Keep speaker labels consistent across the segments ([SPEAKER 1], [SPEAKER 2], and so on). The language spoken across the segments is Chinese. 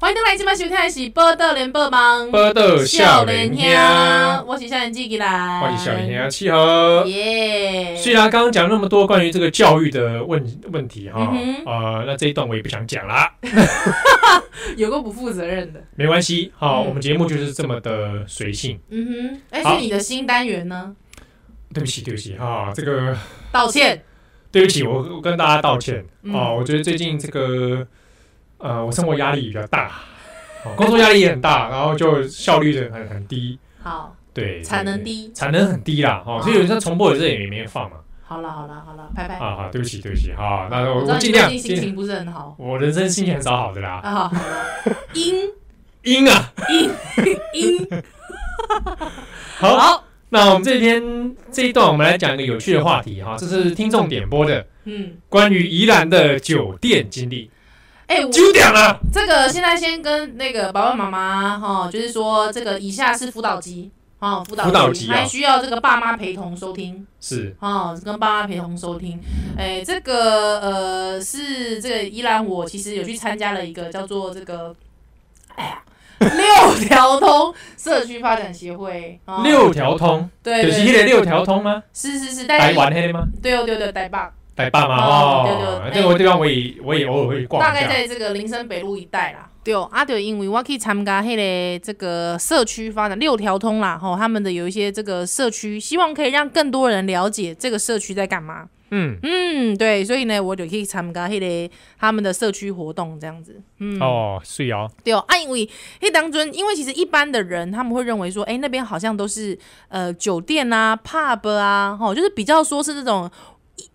[SPEAKER 1] 欢迎回来，今晚收听的是《报道联播网》，
[SPEAKER 2] 报道少年
[SPEAKER 1] 兄
[SPEAKER 2] 兄，
[SPEAKER 1] 我是少年纪吉啦，
[SPEAKER 2] 欢迎小年兄契合。
[SPEAKER 1] 耶！
[SPEAKER 2] 虽然刚刚讲那么多关于这个教育的问问题哈，
[SPEAKER 1] 嗯哼
[SPEAKER 2] 呃，那这一段我也不想讲啦，
[SPEAKER 1] 有个不负责任的，
[SPEAKER 2] 没关系，好，
[SPEAKER 1] 嗯
[SPEAKER 2] 我们节目就是这么的随性。
[SPEAKER 1] 嗯哼，哎，
[SPEAKER 2] 好
[SPEAKER 1] 是你的新单元呢？
[SPEAKER 2] 对不起，对不起哈，这个
[SPEAKER 1] 道歉，
[SPEAKER 2] 对不起，我我跟大家道歉
[SPEAKER 1] 嗯
[SPEAKER 2] 哦。我觉得最近这个呃，我生活压力比较大，哦工作压力也很 大，然后就效率很很很低，
[SPEAKER 1] 好，
[SPEAKER 2] 对，
[SPEAKER 1] 产能
[SPEAKER 2] 对，
[SPEAKER 1] 低，
[SPEAKER 2] 产能很低啦，哦，所以有时候重播有时候也没放嘛，
[SPEAKER 1] 好了好了好了，拜拜。
[SPEAKER 2] 啊，好，对不起，对不起，哈，那
[SPEAKER 1] 我
[SPEAKER 2] 我
[SPEAKER 1] 知道
[SPEAKER 2] 我
[SPEAKER 1] 你
[SPEAKER 2] 尽
[SPEAKER 1] 最
[SPEAKER 2] 量
[SPEAKER 1] 近
[SPEAKER 2] 尽
[SPEAKER 1] 心
[SPEAKER 2] 量。
[SPEAKER 1] 情不是很好
[SPEAKER 2] 我人生心情很少好的啦，
[SPEAKER 1] 啊，好 好了，阴
[SPEAKER 2] 阴啊！
[SPEAKER 1] 阴
[SPEAKER 2] 好，
[SPEAKER 1] 好，
[SPEAKER 2] 那我们这篇这一段，我们来讲一个有趣的话题哈，这是听众点播的
[SPEAKER 1] 嗯，
[SPEAKER 2] 关于宜兰的酒店经历。
[SPEAKER 1] 哎，我
[SPEAKER 2] 九点了，
[SPEAKER 1] 这个现在先跟那个爸爸妈妈哈，就是说这个以下是辅导级。哦，辅
[SPEAKER 2] 辅导
[SPEAKER 1] 导
[SPEAKER 2] 级
[SPEAKER 1] 级
[SPEAKER 2] 啊
[SPEAKER 1] 还需要这个爸妈陪同收听，
[SPEAKER 2] 是
[SPEAKER 1] 哦，跟爸妈陪同收听。哎、这个呃是这个依兰，我其实有去参加了一个叫做这个，哎呀， 六条通社区发展协会。哦、
[SPEAKER 2] 六条通，
[SPEAKER 1] 对
[SPEAKER 2] 就
[SPEAKER 1] 对
[SPEAKER 2] 是迄个
[SPEAKER 1] 对，
[SPEAKER 2] 六条通吗？
[SPEAKER 1] 是是是，
[SPEAKER 2] 台
[SPEAKER 1] 但是
[SPEAKER 2] 湾黑吗？
[SPEAKER 1] 对哦对对台北，
[SPEAKER 2] 台爸吗？
[SPEAKER 1] 哦
[SPEAKER 2] 哦，
[SPEAKER 1] 对对
[SPEAKER 2] 那个地方我也我也偶尔会逛
[SPEAKER 1] 大
[SPEAKER 2] 一
[SPEAKER 1] 概
[SPEAKER 2] 下。
[SPEAKER 1] 在这个林森北路一带啦。对哦，啊，对，因为我去参加迄个这个社区发展六条通啦，吼，他们的有一些这个社区，希望可以让更多人了解这个社区在干嘛。
[SPEAKER 2] 嗯，
[SPEAKER 1] 嗯，对，所以呢，我就去参加迄、个他们的社区活动，这样子。嗯，
[SPEAKER 2] 哦，是哦，
[SPEAKER 1] 对哦，啊，因为迄当中，因为其实一般的人他们会认为说，哎、那边好像都是呃酒店啊、pub 啊，吼，就是比较说是那种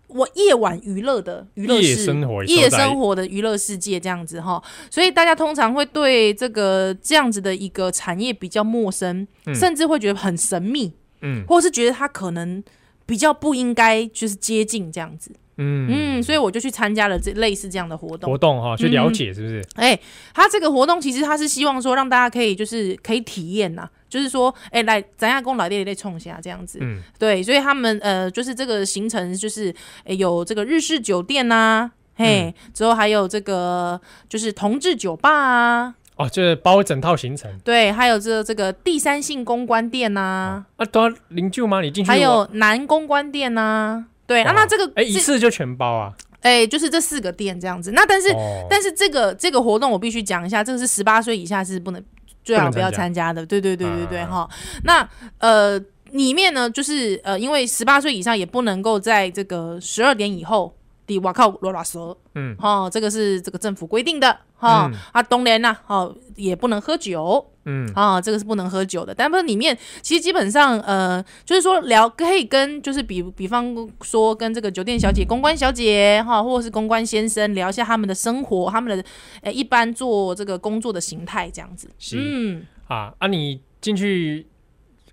[SPEAKER 1] 我夜晚娱乐的娱乐
[SPEAKER 2] 夜
[SPEAKER 1] 室。
[SPEAKER 2] 生活，
[SPEAKER 1] 夜生活的娱乐世界这样子哈，所以大家通常会对这个这样子的一个产业比较陌生，
[SPEAKER 2] 嗯
[SPEAKER 1] 甚至会觉得很神秘，
[SPEAKER 2] 嗯
[SPEAKER 1] 或是觉得它可能比较不应该就是接近这样子。
[SPEAKER 2] 嗯
[SPEAKER 1] 嗯，所以嗯我就去参加了这类似这样的活动
[SPEAKER 2] 活。动哈，去了解是不是？
[SPEAKER 1] 哎、他这个活动其实他是希望说让大家可以就是可以体验呐、就是说，哎、来咱家跟老爹爹冲一下这样子。
[SPEAKER 2] 嗯，
[SPEAKER 1] 对，所以他们呃，就是这个行程就是、哎有这个日式酒店呐、嘿，
[SPEAKER 2] 嗯
[SPEAKER 1] 之后还有这个就是同志酒吧啊，
[SPEAKER 2] 哦，就是包整套行程。
[SPEAKER 1] 对，还有这这个第三性公关店呐、
[SPEAKER 2] 啊，都要零就吗？你进去
[SPEAKER 1] 还
[SPEAKER 2] 我
[SPEAKER 1] 有男公关店呐、对，啊，那这个
[SPEAKER 2] 哎，一
[SPEAKER 1] 这
[SPEAKER 2] 次就全包啊？
[SPEAKER 1] 哎、就是这四个店这样子。那但是
[SPEAKER 2] 哦
[SPEAKER 1] 但是这个这个活动我必须讲一下，这个是十八岁以下是不能最好不要参加的。对对对对对
[SPEAKER 2] 啊
[SPEAKER 1] 哈、那呃，里面呢就是呃，因为十八岁以上也不能够在这个十二点以后。的哇靠罗拉蛇，
[SPEAKER 2] 嗯，
[SPEAKER 1] 哦，这个是这个政府规定的哈、
[SPEAKER 2] 嗯
[SPEAKER 1] 啊，当然啦，哦，也不能喝酒，
[SPEAKER 2] 嗯
[SPEAKER 1] 啊，这个是不能喝酒的。但不是里面其实基本上呃，就是说聊可以跟就是比比方说跟这个酒店小姐、公关小姐哈、或者是公关先生聊一下他们的生活，他们的呃一般做这个工作的形态这样子。
[SPEAKER 2] 是
[SPEAKER 1] 嗯，
[SPEAKER 2] 啊啊，你进去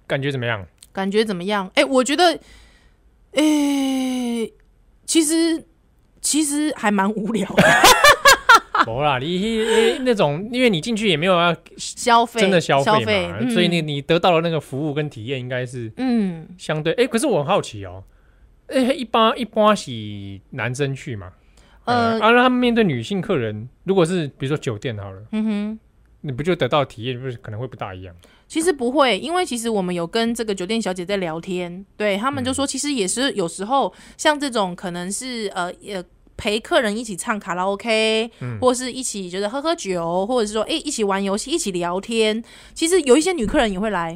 [SPEAKER 2] 感觉怎么样？
[SPEAKER 1] 感觉怎么样？哎、我觉得，哎、其实其实还蛮无聊 的
[SPEAKER 2] 没啦，你那那种，因为你进去也没有要
[SPEAKER 1] 消费，
[SPEAKER 2] 真的消
[SPEAKER 1] 费
[SPEAKER 2] 费嘛，所以你你得到的那个服务跟体验应该是
[SPEAKER 1] 嗯。嗯
[SPEAKER 2] 相对。哎，可是我很好奇哦，哎，一般一般是男生去嘛，
[SPEAKER 1] 呃
[SPEAKER 2] 呃，啊，那他们面对女性客人，如果是比如说酒店好了，
[SPEAKER 1] 嗯哼，
[SPEAKER 2] 你不就得到体验，不是可能会不大一样？
[SPEAKER 1] 其实不会，因为其实我们有跟这个酒店小姐在聊天，对他
[SPEAKER 2] 嗯
[SPEAKER 1] 们就说，其实也是有时候像这种可能是呃呃陪客人一起唱卡拉 OK，、或
[SPEAKER 2] 嗯
[SPEAKER 1] 是一起就是喝喝酒，或者是说哎、诶一起玩游戏，一起聊天。其实有一些女客人也会来，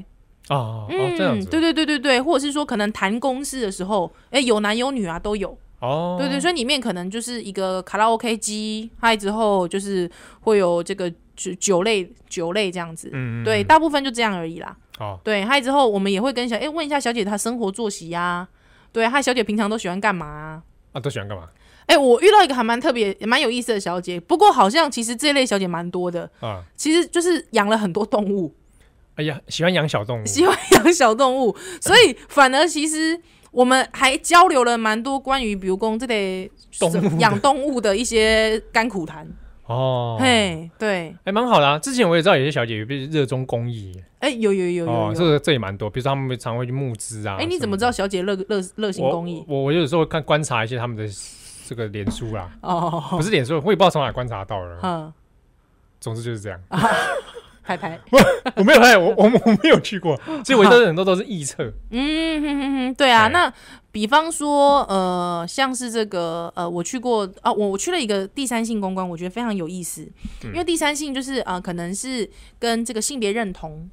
[SPEAKER 1] 嗯
[SPEAKER 2] 哦，哦这样子，
[SPEAKER 1] 对对对对对，或者是说可能谈公事的时候，哎、有男有女啊都有，
[SPEAKER 2] 哦，
[SPEAKER 1] 对对，所以里面可能就是一个卡拉 OK 机，嗨之后就是会有这个酒酒类酒类这样子，
[SPEAKER 2] 嗯，嗯
[SPEAKER 1] 对，，大部分就这样而已啦。
[SPEAKER 2] 哦，
[SPEAKER 1] 对，嗨之后我们也会跟小哎、问一下小姐她生活作息呀、对，嗨小姐平常都喜欢干嘛、啊？
[SPEAKER 2] 啊，都喜欢干嘛
[SPEAKER 1] 哎、我遇到一个还蛮特别、也蛮有意思的小姐，不过好像其实这类小姐蛮多的，
[SPEAKER 2] 啊？
[SPEAKER 1] 其实就是养了很多动物，
[SPEAKER 2] 哎呀，喜欢养小动 物，
[SPEAKER 1] 喜欢养小动物，所以反而其实我们还交流了蛮多关于比如说这类
[SPEAKER 2] 动物的
[SPEAKER 1] 养动物的一些甘苦谈。
[SPEAKER 2] 哦，
[SPEAKER 1] 嘿，对，
[SPEAKER 2] 还蛮好的啊。之前我也知道有些小姐也被热衷公益，
[SPEAKER 1] 哎、有有有有
[SPEAKER 2] 哦，这
[SPEAKER 1] 有，
[SPEAKER 2] 个这也蛮多。比如说他们常会去募资啊。
[SPEAKER 1] 哎、你怎么知
[SPEAKER 2] 道？
[SPEAKER 1] 道小姐热热热心公益？
[SPEAKER 2] 我我我有时候会看观察一些他们的这个脸书啦，
[SPEAKER 1] 哦，
[SPEAKER 2] 不是脸书，我也不知道从哪观察到的。
[SPEAKER 1] 嗯，
[SPEAKER 2] 总之就是这样。
[SPEAKER 1] 拍拍，
[SPEAKER 2] 我没有拍，我我我没有去过，
[SPEAKER 1] 哦
[SPEAKER 2] 所以我真的很多都是臆测。
[SPEAKER 1] 嗯哼哼哼，对啊。
[SPEAKER 2] 对
[SPEAKER 1] 那比方说，呃，像是这个，呃，我去过啊，我我去了一个第三性公关，我觉得非常有意思，
[SPEAKER 2] 嗯
[SPEAKER 1] 因为第三性就是呃，可能是跟这个性别认同，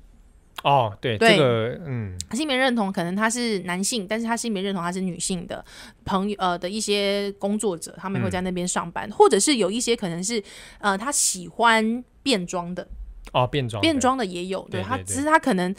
[SPEAKER 2] 哦，对，
[SPEAKER 1] 对
[SPEAKER 2] 这个嗯，
[SPEAKER 1] 性别认同可能他是男性，但是他性别认同他是女性的朋友呃的一些工作者，他们会在那边上
[SPEAKER 2] 嗯
[SPEAKER 1] 班，或者是有一些可能是呃他喜欢变装的，
[SPEAKER 2] 哦，变装，
[SPEAKER 1] 变装的也有，
[SPEAKER 2] 对
[SPEAKER 1] 对他
[SPEAKER 2] 对对
[SPEAKER 1] 只是他可能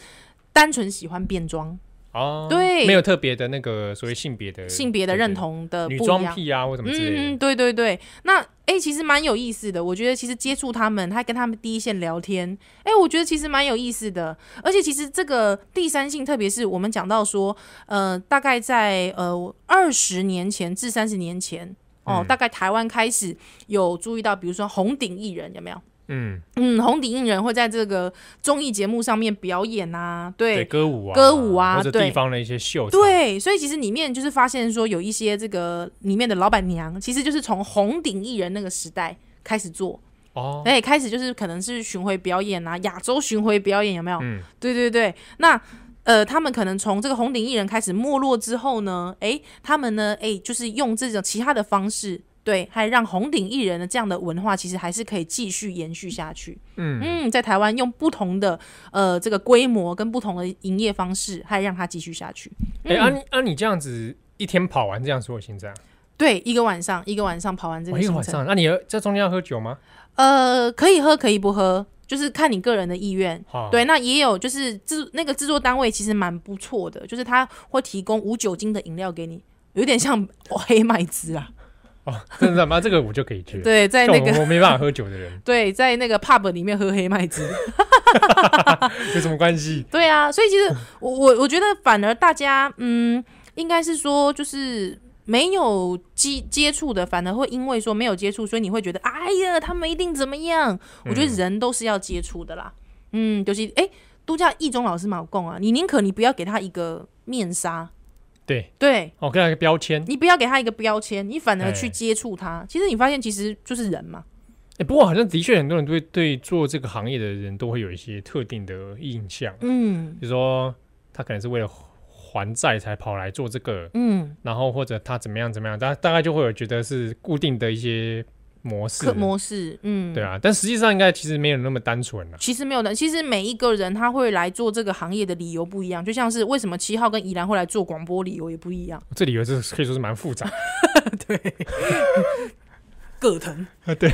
[SPEAKER 1] 单纯喜欢变装，
[SPEAKER 2] 对哦，
[SPEAKER 1] 对
[SPEAKER 2] 没有特别的那个所谓性别的
[SPEAKER 1] 性别的认，同
[SPEAKER 2] 对
[SPEAKER 1] 的
[SPEAKER 2] 对女
[SPEAKER 1] 不一
[SPEAKER 2] 装
[SPEAKER 1] 样。
[SPEAKER 2] 癖啊或什么之类的。
[SPEAKER 1] 嗯，对对对，那哎、诶其实蛮有意思的。我觉得其实接触他们，还跟他们第一线聊天，哎、我觉得其实蛮有意思的。而且其实这个第三性，特别是我们讲到说，呃，大概在呃二十年前至三十年前，哦，
[SPEAKER 2] 嗯
[SPEAKER 1] 大概台湾开始有注意到，比如说红顶艺人有没有？
[SPEAKER 2] 嗯，
[SPEAKER 1] 嗯，红顶艺人会在这个综艺节目上面表演啊，
[SPEAKER 2] 对，歌舞啊，
[SPEAKER 1] 歌舞啊
[SPEAKER 2] 或者
[SPEAKER 1] 对
[SPEAKER 2] 地方的一些秀，，
[SPEAKER 1] 对，所以其实里面就是发现说，有一些这个里面的老板娘，其实就是从红顶艺人那个时代开始做，
[SPEAKER 2] 哦，
[SPEAKER 1] 哎、开始就是可能是巡回表演啊，亚洲巡回表演有没有？
[SPEAKER 2] 嗯，
[SPEAKER 1] 对对对，那。呃，他们可能从这个红顶艺人开始没落之后呢，哎，他们呢，哎，就是用这种其他的方式，对，还让红顶艺人的这样的文化，其实还是可以继续延续下去。
[SPEAKER 2] 嗯
[SPEAKER 1] 嗯，在台湾用不同的呃这个规模跟不同的营业方式，还让它继续下去。嗯
[SPEAKER 2] 哎，啊你啊你这样子一天跑完这样所有行程啊，
[SPEAKER 1] 对，一个晚上，一个晚上跑完这
[SPEAKER 2] 我
[SPEAKER 1] 个
[SPEAKER 2] 哦一个
[SPEAKER 1] 行
[SPEAKER 2] 晚
[SPEAKER 1] 程，
[SPEAKER 2] 上，那你要这中间要喝酒吗？
[SPEAKER 1] 呃，可以喝，可以不喝，就是看你个人的意愿。
[SPEAKER 2] 好，
[SPEAKER 1] 对，那也有就是制那个制作单位其实蛮不错的，就是他会提供无酒精的饮料给你，有点像 黑麦汁啊。
[SPEAKER 2] 哦，真的吗？这个我就可以去，
[SPEAKER 1] 对，在
[SPEAKER 2] 像
[SPEAKER 1] 那
[SPEAKER 2] 我
[SPEAKER 1] 个
[SPEAKER 2] 我没办法喝酒的 人
[SPEAKER 1] 对，在那个 pub 里面喝黑麦汁。
[SPEAKER 2] 有什么关系？
[SPEAKER 1] 对啊，所以其 实我我我觉得反而大家嗯，应该是说就是没有接接触的，反而会因为说没有接触，所以你会觉得哎呀，他们一定怎么样？
[SPEAKER 2] 嗯
[SPEAKER 1] 我觉得人都是要接触的啦，嗯，就是哎，度假易中老师嘛有讲啊，你宁可你不要给他一个面纱，
[SPEAKER 2] 对，
[SPEAKER 1] 对
[SPEAKER 2] 哦，跟那个标签。
[SPEAKER 1] 你不要给他一个标签，你反而去
[SPEAKER 2] 哎
[SPEAKER 1] 接触他，其实你发现其实就是人嘛，
[SPEAKER 2] 哎，不过好像的确很多人对对做这个行业的人都会有一些特定的印象，
[SPEAKER 1] 嗯
[SPEAKER 2] 比如说他可能是为了还债才跑来做这个，
[SPEAKER 1] 嗯，
[SPEAKER 2] 然后或者他怎么样怎么样，大大概就会有觉得是固定的一些模式
[SPEAKER 1] 可，模式，嗯，
[SPEAKER 2] 对啊，但实际上应该其实没有那么单纯啦。啊
[SPEAKER 1] 其实没有的，其实每一个人他会来做这个行业的理由不一样，就像是为什么七号跟怡兰会来做广播，理由也不一样。
[SPEAKER 2] 这理由是可以说是蛮复杂，
[SPEAKER 1] 葛藤
[SPEAKER 2] 啊对，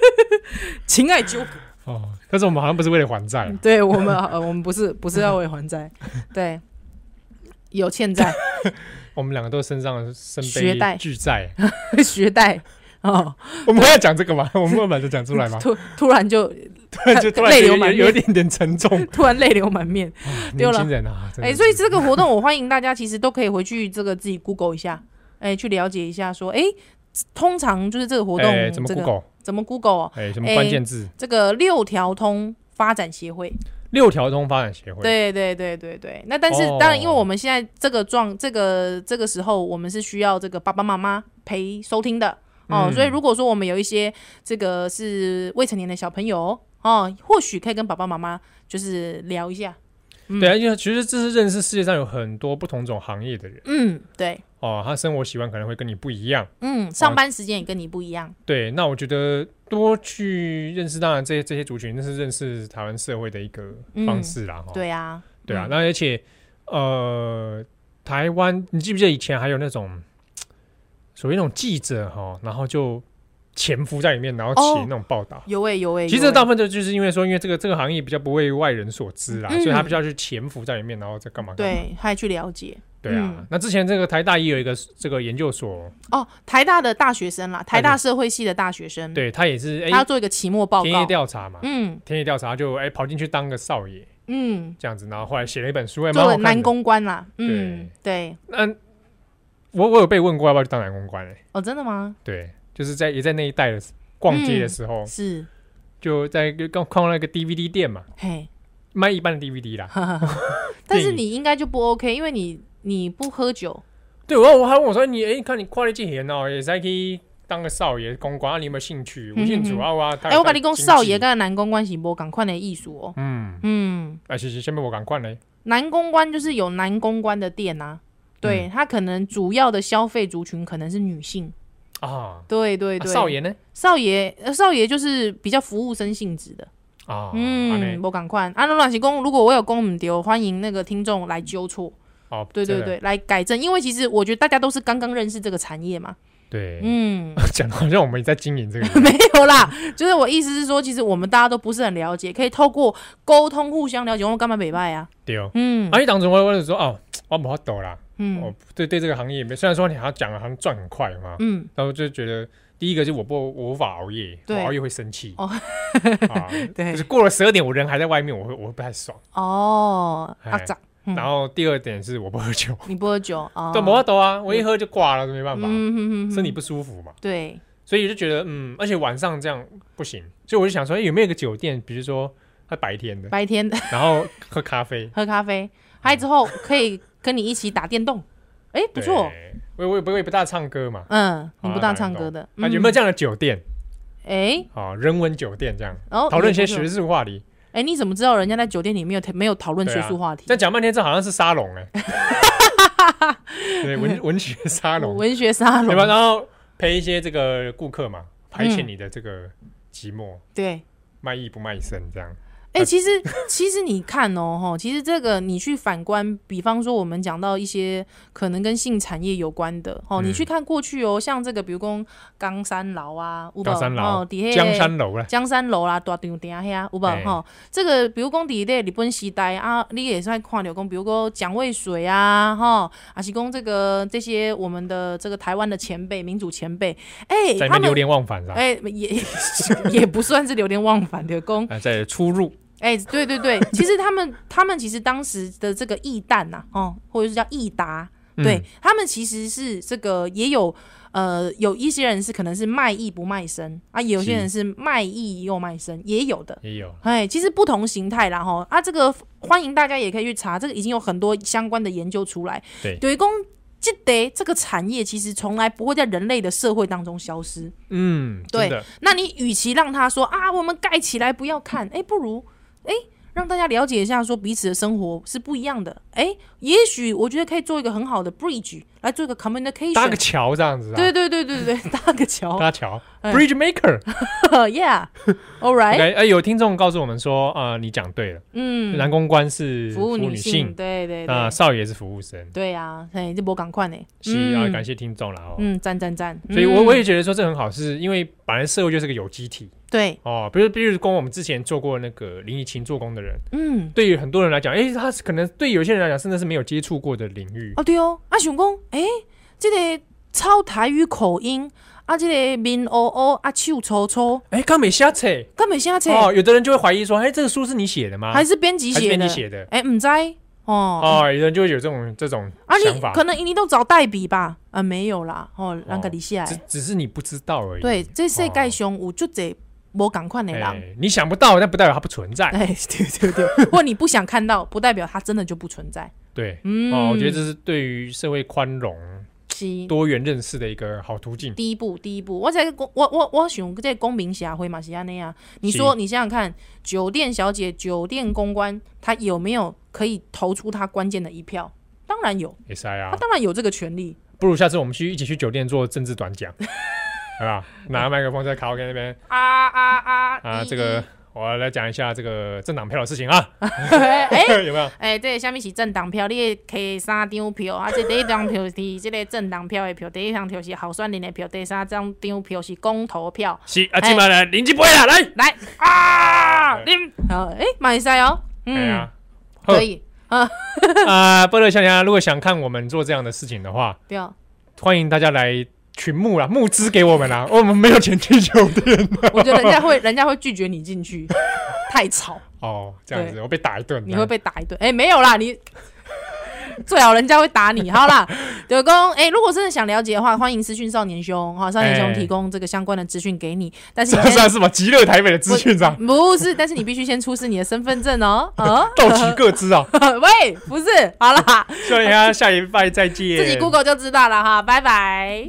[SPEAKER 1] 情爱纠葛。
[SPEAKER 2] 哦，但是我们好像不是为了还债啊啦，
[SPEAKER 1] 对我们，呃，我们不是不是要为还债，对，有欠债
[SPEAKER 2] 我们两个都身上身
[SPEAKER 1] 学贷
[SPEAKER 2] 背巨债，
[SPEAKER 1] 学贷哦，
[SPEAKER 2] 我们要讲这个吗？我们要把这讲出 来吗？
[SPEAKER 1] 突突然就
[SPEAKER 2] 突 然就突然
[SPEAKER 1] 泪
[SPEAKER 2] 就
[SPEAKER 1] 流
[SPEAKER 2] 有
[SPEAKER 1] 满面
[SPEAKER 2] 有一点点沉重，
[SPEAKER 1] 突然泪流满面。
[SPEAKER 2] 啊
[SPEAKER 1] 丢
[SPEAKER 2] 年
[SPEAKER 1] 了
[SPEAKER 2] 轻人啊，真
[SPEAKER 1] 哎、
[SPEAKER 2] 的
[SPEAKER 1] 所以
[SPEAKER 2] 是
[SPEAKER 1] 这个活动我欢迎大家，其实都可以回去这个自己 Google 一下，哎、去了解一下说，哎、通常就是这个活动、
[SPEAKER 2] 哎怎么
[SPEAKER 1] 这个
[SPEAKER 2] Google
[SPEAKER 1] 怎么 Google 哦、
[SPEAKER 2] 哎什么
[SPEAKER 1] 哎
[SPEAKER 2] 关键字？
[SPEAKER 1] 这个六条通发展协会，
[SPEAKER 2] 六条通发展协会，
[SPEAKER 1] 对对对对对。那但是
[SPEAKER 2] 哦
[SPEAKER 1] 当然，因为我们现在这个状这个这个时候，我们是需要这个爸爸妈妈陪收听的哦，
[SPEAKER 2] 嗯
[SPEAKER 1] 所以如果说我们有一些这个是未成年的小朋友哦，或许可以跟爸爸妈妈就是聊一下。
[SPEAKER 2] 对啊，因为其实这是认识世界上有很多不同种行业的人
[SPEAKER 1] 嗯，对，
[SPEAKER 2] 哦，他生活习惯可能会跟你不一样。
[SPEAKER 1] 嗯，上班时间也跟你不一样。
[SPEAKER 2] 对，那我觉得多去认识，当然这些这些族群，那是认识台湾社会的一个方式啦。哦哈、
[SPEAKER 1] 嗯对啊，
[SPEAKER 2] 对啊，
[SPEAKER 1] 嗯
[SPEAKER 2] 那而且呃，台湾，你记不记得以前还有那种所谓那种记者哈，然后就潜伏在里面，然后
[SPEAKER 1] 哦
[SPEAKER 2] 写那种报道。
[SPEAKER 1] 有诶、有诶、
[SPEAKER 2] 其实
[SPEAKER 1] 有
[SPEAKER 2] 这
[SPEAKER 1] 欸
[SPEAKER 2] 大部分就就是因为说，因为这个这个行业比较不为外人所知啦，
[SPEAKER 1] 嗯
[SPEAKER 2] 所以他比较去潜伏在里面，然后再干嘛干嘛。
[SPEAKER 1] 对，还去了解
[SPEAKER 2] 对啊，
[SPEAKER 1] 嗯
[SPEAKER 2] 那之前这个台大也有一个这个研究所，
[SPEAKER 1] 哦。台大的大学生啦，台大社会系的大学生，
[SPEAKER 2] 哎对他也是
[SPEAKER 1] 嗯他要
[SPEAKER 2] 哎
[SPEAKER 1] 做一个期末报
[SPEAKER 2] 田野
[SPEAKER 1] 告。
[SPEAKER 2] 调查嘛，
[SPEAKER 1] 嗯
[SPEAKER 2] 田野调查就哎跑进去当个少爷。
[SPEAKER 1] 嗯，
[SPEAKER 2] 这样子，然后后来写了一本书，哎、蛮
[SPEAKER 1] 做
[SPEAKER 2] 好
[SPEAKER 1] 了
[SPEAKER 2] 看的
[SPEAKER 1] 男。公关啦。嗯，对，
[SPEAKER 2] 那我我有被问过要不要去当男公关、哎，
[SPEAKER 1] 哦，真的吗？
[SPEAKER 2] 对，就是在也在那一带的时逛街的时候，
[SPEAKER 1] 是，
[SPEAKER 2] 就在刚看到那个 DVD 店嘛，
[SPEAKER 1] 嘿，
[SPEAKER 2] 卖一般的 DVD 啦。
[SPEAKER 1] 但是你应该就不 OK，因为你你不喝酒，
[SPEAKER 2] 对，我我还问我说你，哎、看你跨了几年哦，也是可以当个少爷公关，啊、你有没有兴趣？吴建主要啊，哎、
[SPEAKER 1] 哎、我跟你讲，少爷跟男公关是无共款的艺术哦。
[SPEAKER 2] 嗯，
[SPEAKER 1] 嗯，
[SPEAKER 2] 哎，其实下面我赶快嘞，
[SPEAKER 1] 男公关就是有男公关的店啊，
[SPEAKER 2] 嗯
[SPEAKER 1] 对、他可能主要的消费族群可能是女性。
[SPEAKER 2] 啊，
[SPEAKER 1] 对对
[SPEAKER 2] 啊
[SPEAKER 1] 对，
[SPEAKER 2] 少爷呢？
[SPEAKER 1] 少爷呃少爷就是比较服务生性质的。
[SPEAKER 2] 啊，安
[SPEAKER 1] 嗯，
[SPEAKER 2] 尼
[SPEAKER 1] 我赶快。啊，那乱是公，如果我有公唔丢，欢迎那个听众来纠错，
[SPEAKER 2] 哦，
[SPEAKER 1] 对对
[SPEAKER 2] 真的
[SPEAKER 1] 对，来改正。因为其实我觉得大家都是刚刚认识这个产业嘛。
[SPEAKER 2] 对，
[SPEAKER 1] 嗯，
[SPEAKER 2] 讲得好像我们也在经营这 个
[SPEAKER 1] 没有啦，就是我意思是说，其实我们大家都不是很了解，可以透过沟通互相了解，我干嘛美拜啊？
[SPEAKER 2] 对哦。
[SPEAKER 1] 嗯
[SPEAKER 2] 啊，你当时我我就说哦，我不好抖啦，
[SPEAKER 1] 嗯
[SPEAKER 2] 我对对这个行业没，虽然说你好像讲了好像赚很快嘛，
[SPEAKER 1] 嗯，
[SPEAKER 2] 然后就觉得第一个就是我不我无法熬夜，我
[SPEAKER 1] 对
[SPEAKER 2] 熬夜会生气，
[SPEAKER 1] 哦
[SPEAKER 2] 啊，
[SPEAKER 1] 对
[SPEAKER 2] 就是过了十二点我人还在外面，我会我会不太爽。
[SPEAKER 1] 哦，阿
[SPEAKER 2] 哎
[SPEAKER 1] 长，
[SPEAKER 2] 然后第二点是我不喝酒，
[SPEAKER 1] 你不喝酒啊？
[SPEAKER 2] 对，没办法啊，我一喝就挂了，没办法，
[SPEAKER 1] 嗯哼哼哼
[SPEAKER 2] 身体不舒服嘛，
[SPEAKER 1] 对，
[SPEAKER 2] 所以我就觉得嗯，而且晚上这样不行，所以我就想说，哎，有没有一个酒店，比如说它白 天的，
[SPEAKER 1] 白天
[SPEAKER 2] 然后喝咖啡，
[SPEAKER 1] 喝咖啡，还有之后可以跟你一起打电动，哎，不错，
[SPEAKER 2] 对，我我也不我也不大唱歌嘛，
[SPEAKER 1] 嗯，你不
[SPEAKER 2] 好啦
[SPEAKER 1] 大唱歌的，
[SPEAKER 2] 啊，
[SPEAKER 1] 嗯
[SPEAKER 2] 有没有？这样的酒店
[SPEAKER 1] 哎，
[SPEAKER 2] 啊？人文酒店这样，
[SPEAKER 1] 然后
[SPEAKER 2] 讨论一些学
[SPEAKER 1] 学，
[SPEAKER 2] 术话题。
[SPEAKER 1] 哎，你怎么知道人家在酒店里面有没有讨论
[SPEAKER 2] 对
[SPEAKER 1] 学
[SPEAKER 2] 啊
[SPEAKER 1] 术话题
[SPEAKER 2] 但？讲半天，这好像是沙龙 哎，对，文文学沙龙，
[SPEAKER 1] 文学沙
[SPEAKER 2] 对吧？
[SPEAKER 1] 龙，
[SPEAKER 2] 然后陪一些这个顾客嘛，排遣你的这个寂寞，
[SPEAKER 1] 对。
[SPEAKER 2] 卖艺不卖身这样。
[SPEAKER 1] 哎、
[SPEAKER 2] 呃
[SPEAKER 1] 其实 其实你看哦，吼，其实这个你去反观，比方说我们讲到一些可能跟性产业有关的，哦，你
[SPEAKER 2] 嗯
[SPEAKER 1] 去看过去哦，像这个比如讲冈山楼啊，有没有
[SPEAKER 2] 冈山楼
[SPEAKER 1] 哦，底下
[SPEAKER 2] 江山楼啊啦，
[SPEAKER 1] 江山楼啦，啊大场顶遐有无
[SPEAKER 2] 哎
[SPEAKER 1] 吼？这个比如讲伫咧日本时代啊，你也是会看到讲，比如讲蒋渭水啊，吼，还是讲这个这些我们的这个台湾的前辈、民主前辈，哎、
[SPEAKER 2] 在那
[SPEAKER 1] 他
[SPEAKER 2] 边流
[SPEAKER 1] 们
[SPEAKER 2] 连忘返啦，
[SPEAKER 1] 哎、也 也不算是流连忘返的讲。
[SPEAKER 2] 啊，在出入
[SPEAKER 1] 哎、对对对，其实他们他们其实当时的这个义旦呐、哦，或者是叫义达，对、
[SPEAKER 2] 嗯
[SPEAKER 1] 他们其实是这个也有呃有一些人是可能是卖艺不卖身啊，有些人是卖艺又卖身，也有的。
[SPEAKER 2] 也有
[SPEAKER 1] 哎，其实不同形态啦哈啊，这个欢迎大家也可以去查，这个已经有很多相关的研究出来。
[SPEAKER 2] 对
[SPEAKER 1] 有一公这得这个产业其实从来不会在人类的社会当中消失。
[SPEAKER 2] 嗯，
[SPEAKER 1] 对
[SPEAKER 2] 真的
[SPEAKER 1] 那你与其让他说啊，我们盖起来不要看，哎，不如哎让大家了解一下，说彼此的生活是不一样的。哎，也许我觉得可以做一个很好的 bridge，来做一个
[SPEAKER 2] 搭个
[SPEAKER 1] communication。
[SPEAKER 2] 桥这样子啊，
[SPEAKER 1] 对对对对对，搭个 桥。
[SPEAKER 2] 搭桥
[SPEAKER 1] 哎
[SPEAKER 2] ，bridge maker。
[SPEAKER 1] Yeah，all 哦 right，
[SPEAKER 2] OK，哎，有听众告诉我们说，啊，你讲对了，
[SPEAKER 1] 嗯，
[SPEAKER 2] 男公关是
[SPEAKER 1] 服务
[SPEAKER 2] 女
[SPEAKER 1] 女性，，对对
[SPEAKER 2] 那
[SPEAKER 1] 对，
[SPEAKER 2] 少爷是服务生。
[SPEAKER 1] 对啊，哎，这波赶快呢，
[SPEAKER 2] 是啊，
[SPEAKER 1] 嗯
[SPEAKER 2] 感谢听众啦哦。
[SPEAKER 1] 嗯，赞赞赞。
[SPEAKER 2] 所以我，我
[SPEAKER 1] 嗯
[SPEAKER 2] 也觉得说这很好，是因为本来社会就是个有机体
[SPEAKER 1] 对，
[SPEAKER 2] 哦。比如，比如跟我们之前做过那个林怡琴做工的人，
[SPEAKER 1] 嗯，
[SPEAKER 2] 对于很多人来讲，诶，他是可能对有些人来讲，甚至是没有接触过的领域。
[SPEAKER 1] 哦对哦，啊想讲，哎，这个超台语口音，啊这个面乌乌，啊手粗粗，
[SPEAKER 2] 诶，刚没瞎扯
[SPEAKER 1] 根本瞎扯。
[SPEAKER 2] 哦，有的人就会怀疑说，诶，这个书是你写的吗？
[SPEAKER 1] 还是编辑
[SPEAKER 2] 啊还
[SPEAKER 1] 写
[SPEAKER 2] 是编辑
[SPEAKER 1] 的？
[SPEAKER 2] 写的？
[SPEAKER 1] 哎，唔知哦。
[SPEAKER 2] 哦，有人就会有这种这种
[SPEAKER 1] 啊，你
[SPEAKER 2] 想法，
[SPEAKER 1] 可能你都找代笔吧？啊，没有啦，哦，让个你下
[SPEAKER 2] 只
[SPEAKER 1] 来。
[SPEAKER 2] 只是你不知道而已。
[SPEAKER 1] 对，这世界上有就这无赶快的
[SPEAKER 2] 诶，
[SPEAKER 1] 人。
[SPEAKER 2] 你想不到，但不代表它不存在。
[SPEAKER 1] 哎， 对对对，或你不想看到，不代表它真的就不存在。
[SPEAKER 2] 对，
[SPEAKER 1] 嗯，
[SPEAKER 2] 哦，我觉得这是对于社会宽容、
[SPEAKER 1] 是
[SPEAKER 2] 多元认识的一个好途径。
[SPEAKER 1] 第一步，第一步。我在我我我想这公民协会嘛是安尼啊。你说你想想看，酒店小姐、酒店公关，她有没有可以投出她关键的一票？当然有，
[SPEAKER 2] 也塞啊
[SPEAKER 1] 她，当然有这个权利。
[SPEAKER 2] 不如下次我们去一起去酒店做政治短讲， 好吧？拿个麦克风在卡拉 OK 那边
[SPEAKER 1] 啊啊啊
[SPEAKER 2] 啊，
[SPEAKER 1] 一
[SPEAKER 2] 这个
[SPEAKER 1] 一
[SPEAKER 2] 我来讲一下这个政党票的事情啊，
[SPEAKER 1] 哎
[SPEAKER 2] 有没有？
[SPEAKER 1] 哎，这个什么是政党票？你会摕三张票，啊，这第一张票是这个政党票的票，第一张票是候选人的票，第三张张票是公投票。
[SPEAKER 2] 是啊，今晚来林志波啦，来，
[SPEAKER 1] 来啊，恁好，哎，马赛哦，
[SPEAKER 2] 哎
[SPEAKER 1] 嗯，
[SPEAKER 2] 呀，好
[SPEAKER 1] 可以，
[SPEAKER 2] 啊，波乐小娘，如果想看我们做这样的事情的话，
[SPEAKER 1] 不要，
[SPEAKER 2] 欢迎大家来群募啦，募资给我们啦，我们没有钱去酒店
[SPEAKER 1] 我觉得人家会， 人家会拒绝你进去，太吵，
[SPEAKER 2] 哦，这样子我被打一顿，
[SPEAKER 1] 你会被打一顿。哎，没有啦，你。最好人家会打 你，好啦，九公，哎，如果真的想了解的话，欢迎私讯少年兄，哈，少年兄
[SPEAKER 2] 哎
[SPEAKER 1] 提供这个相关的资讯给你。但是
[SPEAKER 2] 这
[SPEAKER 1] 你
[SPEAKER 2] 样
[SPEAKER 1] 先
[SPEAKER 2] 算是吗？极乐台北的资讯啊长，
[SPEAKER 1] 不是，但是你必须先出示你的身份证 哦。哦，
[SPEAKER 2] 到齐各资啊，
[SPEAKER 1] 喂，不是，好啦，
[SPEAKER 2] 希望大家下礼拜再见，
[SPEAKER 1] 自己 Google 就知道了哈，拜拜。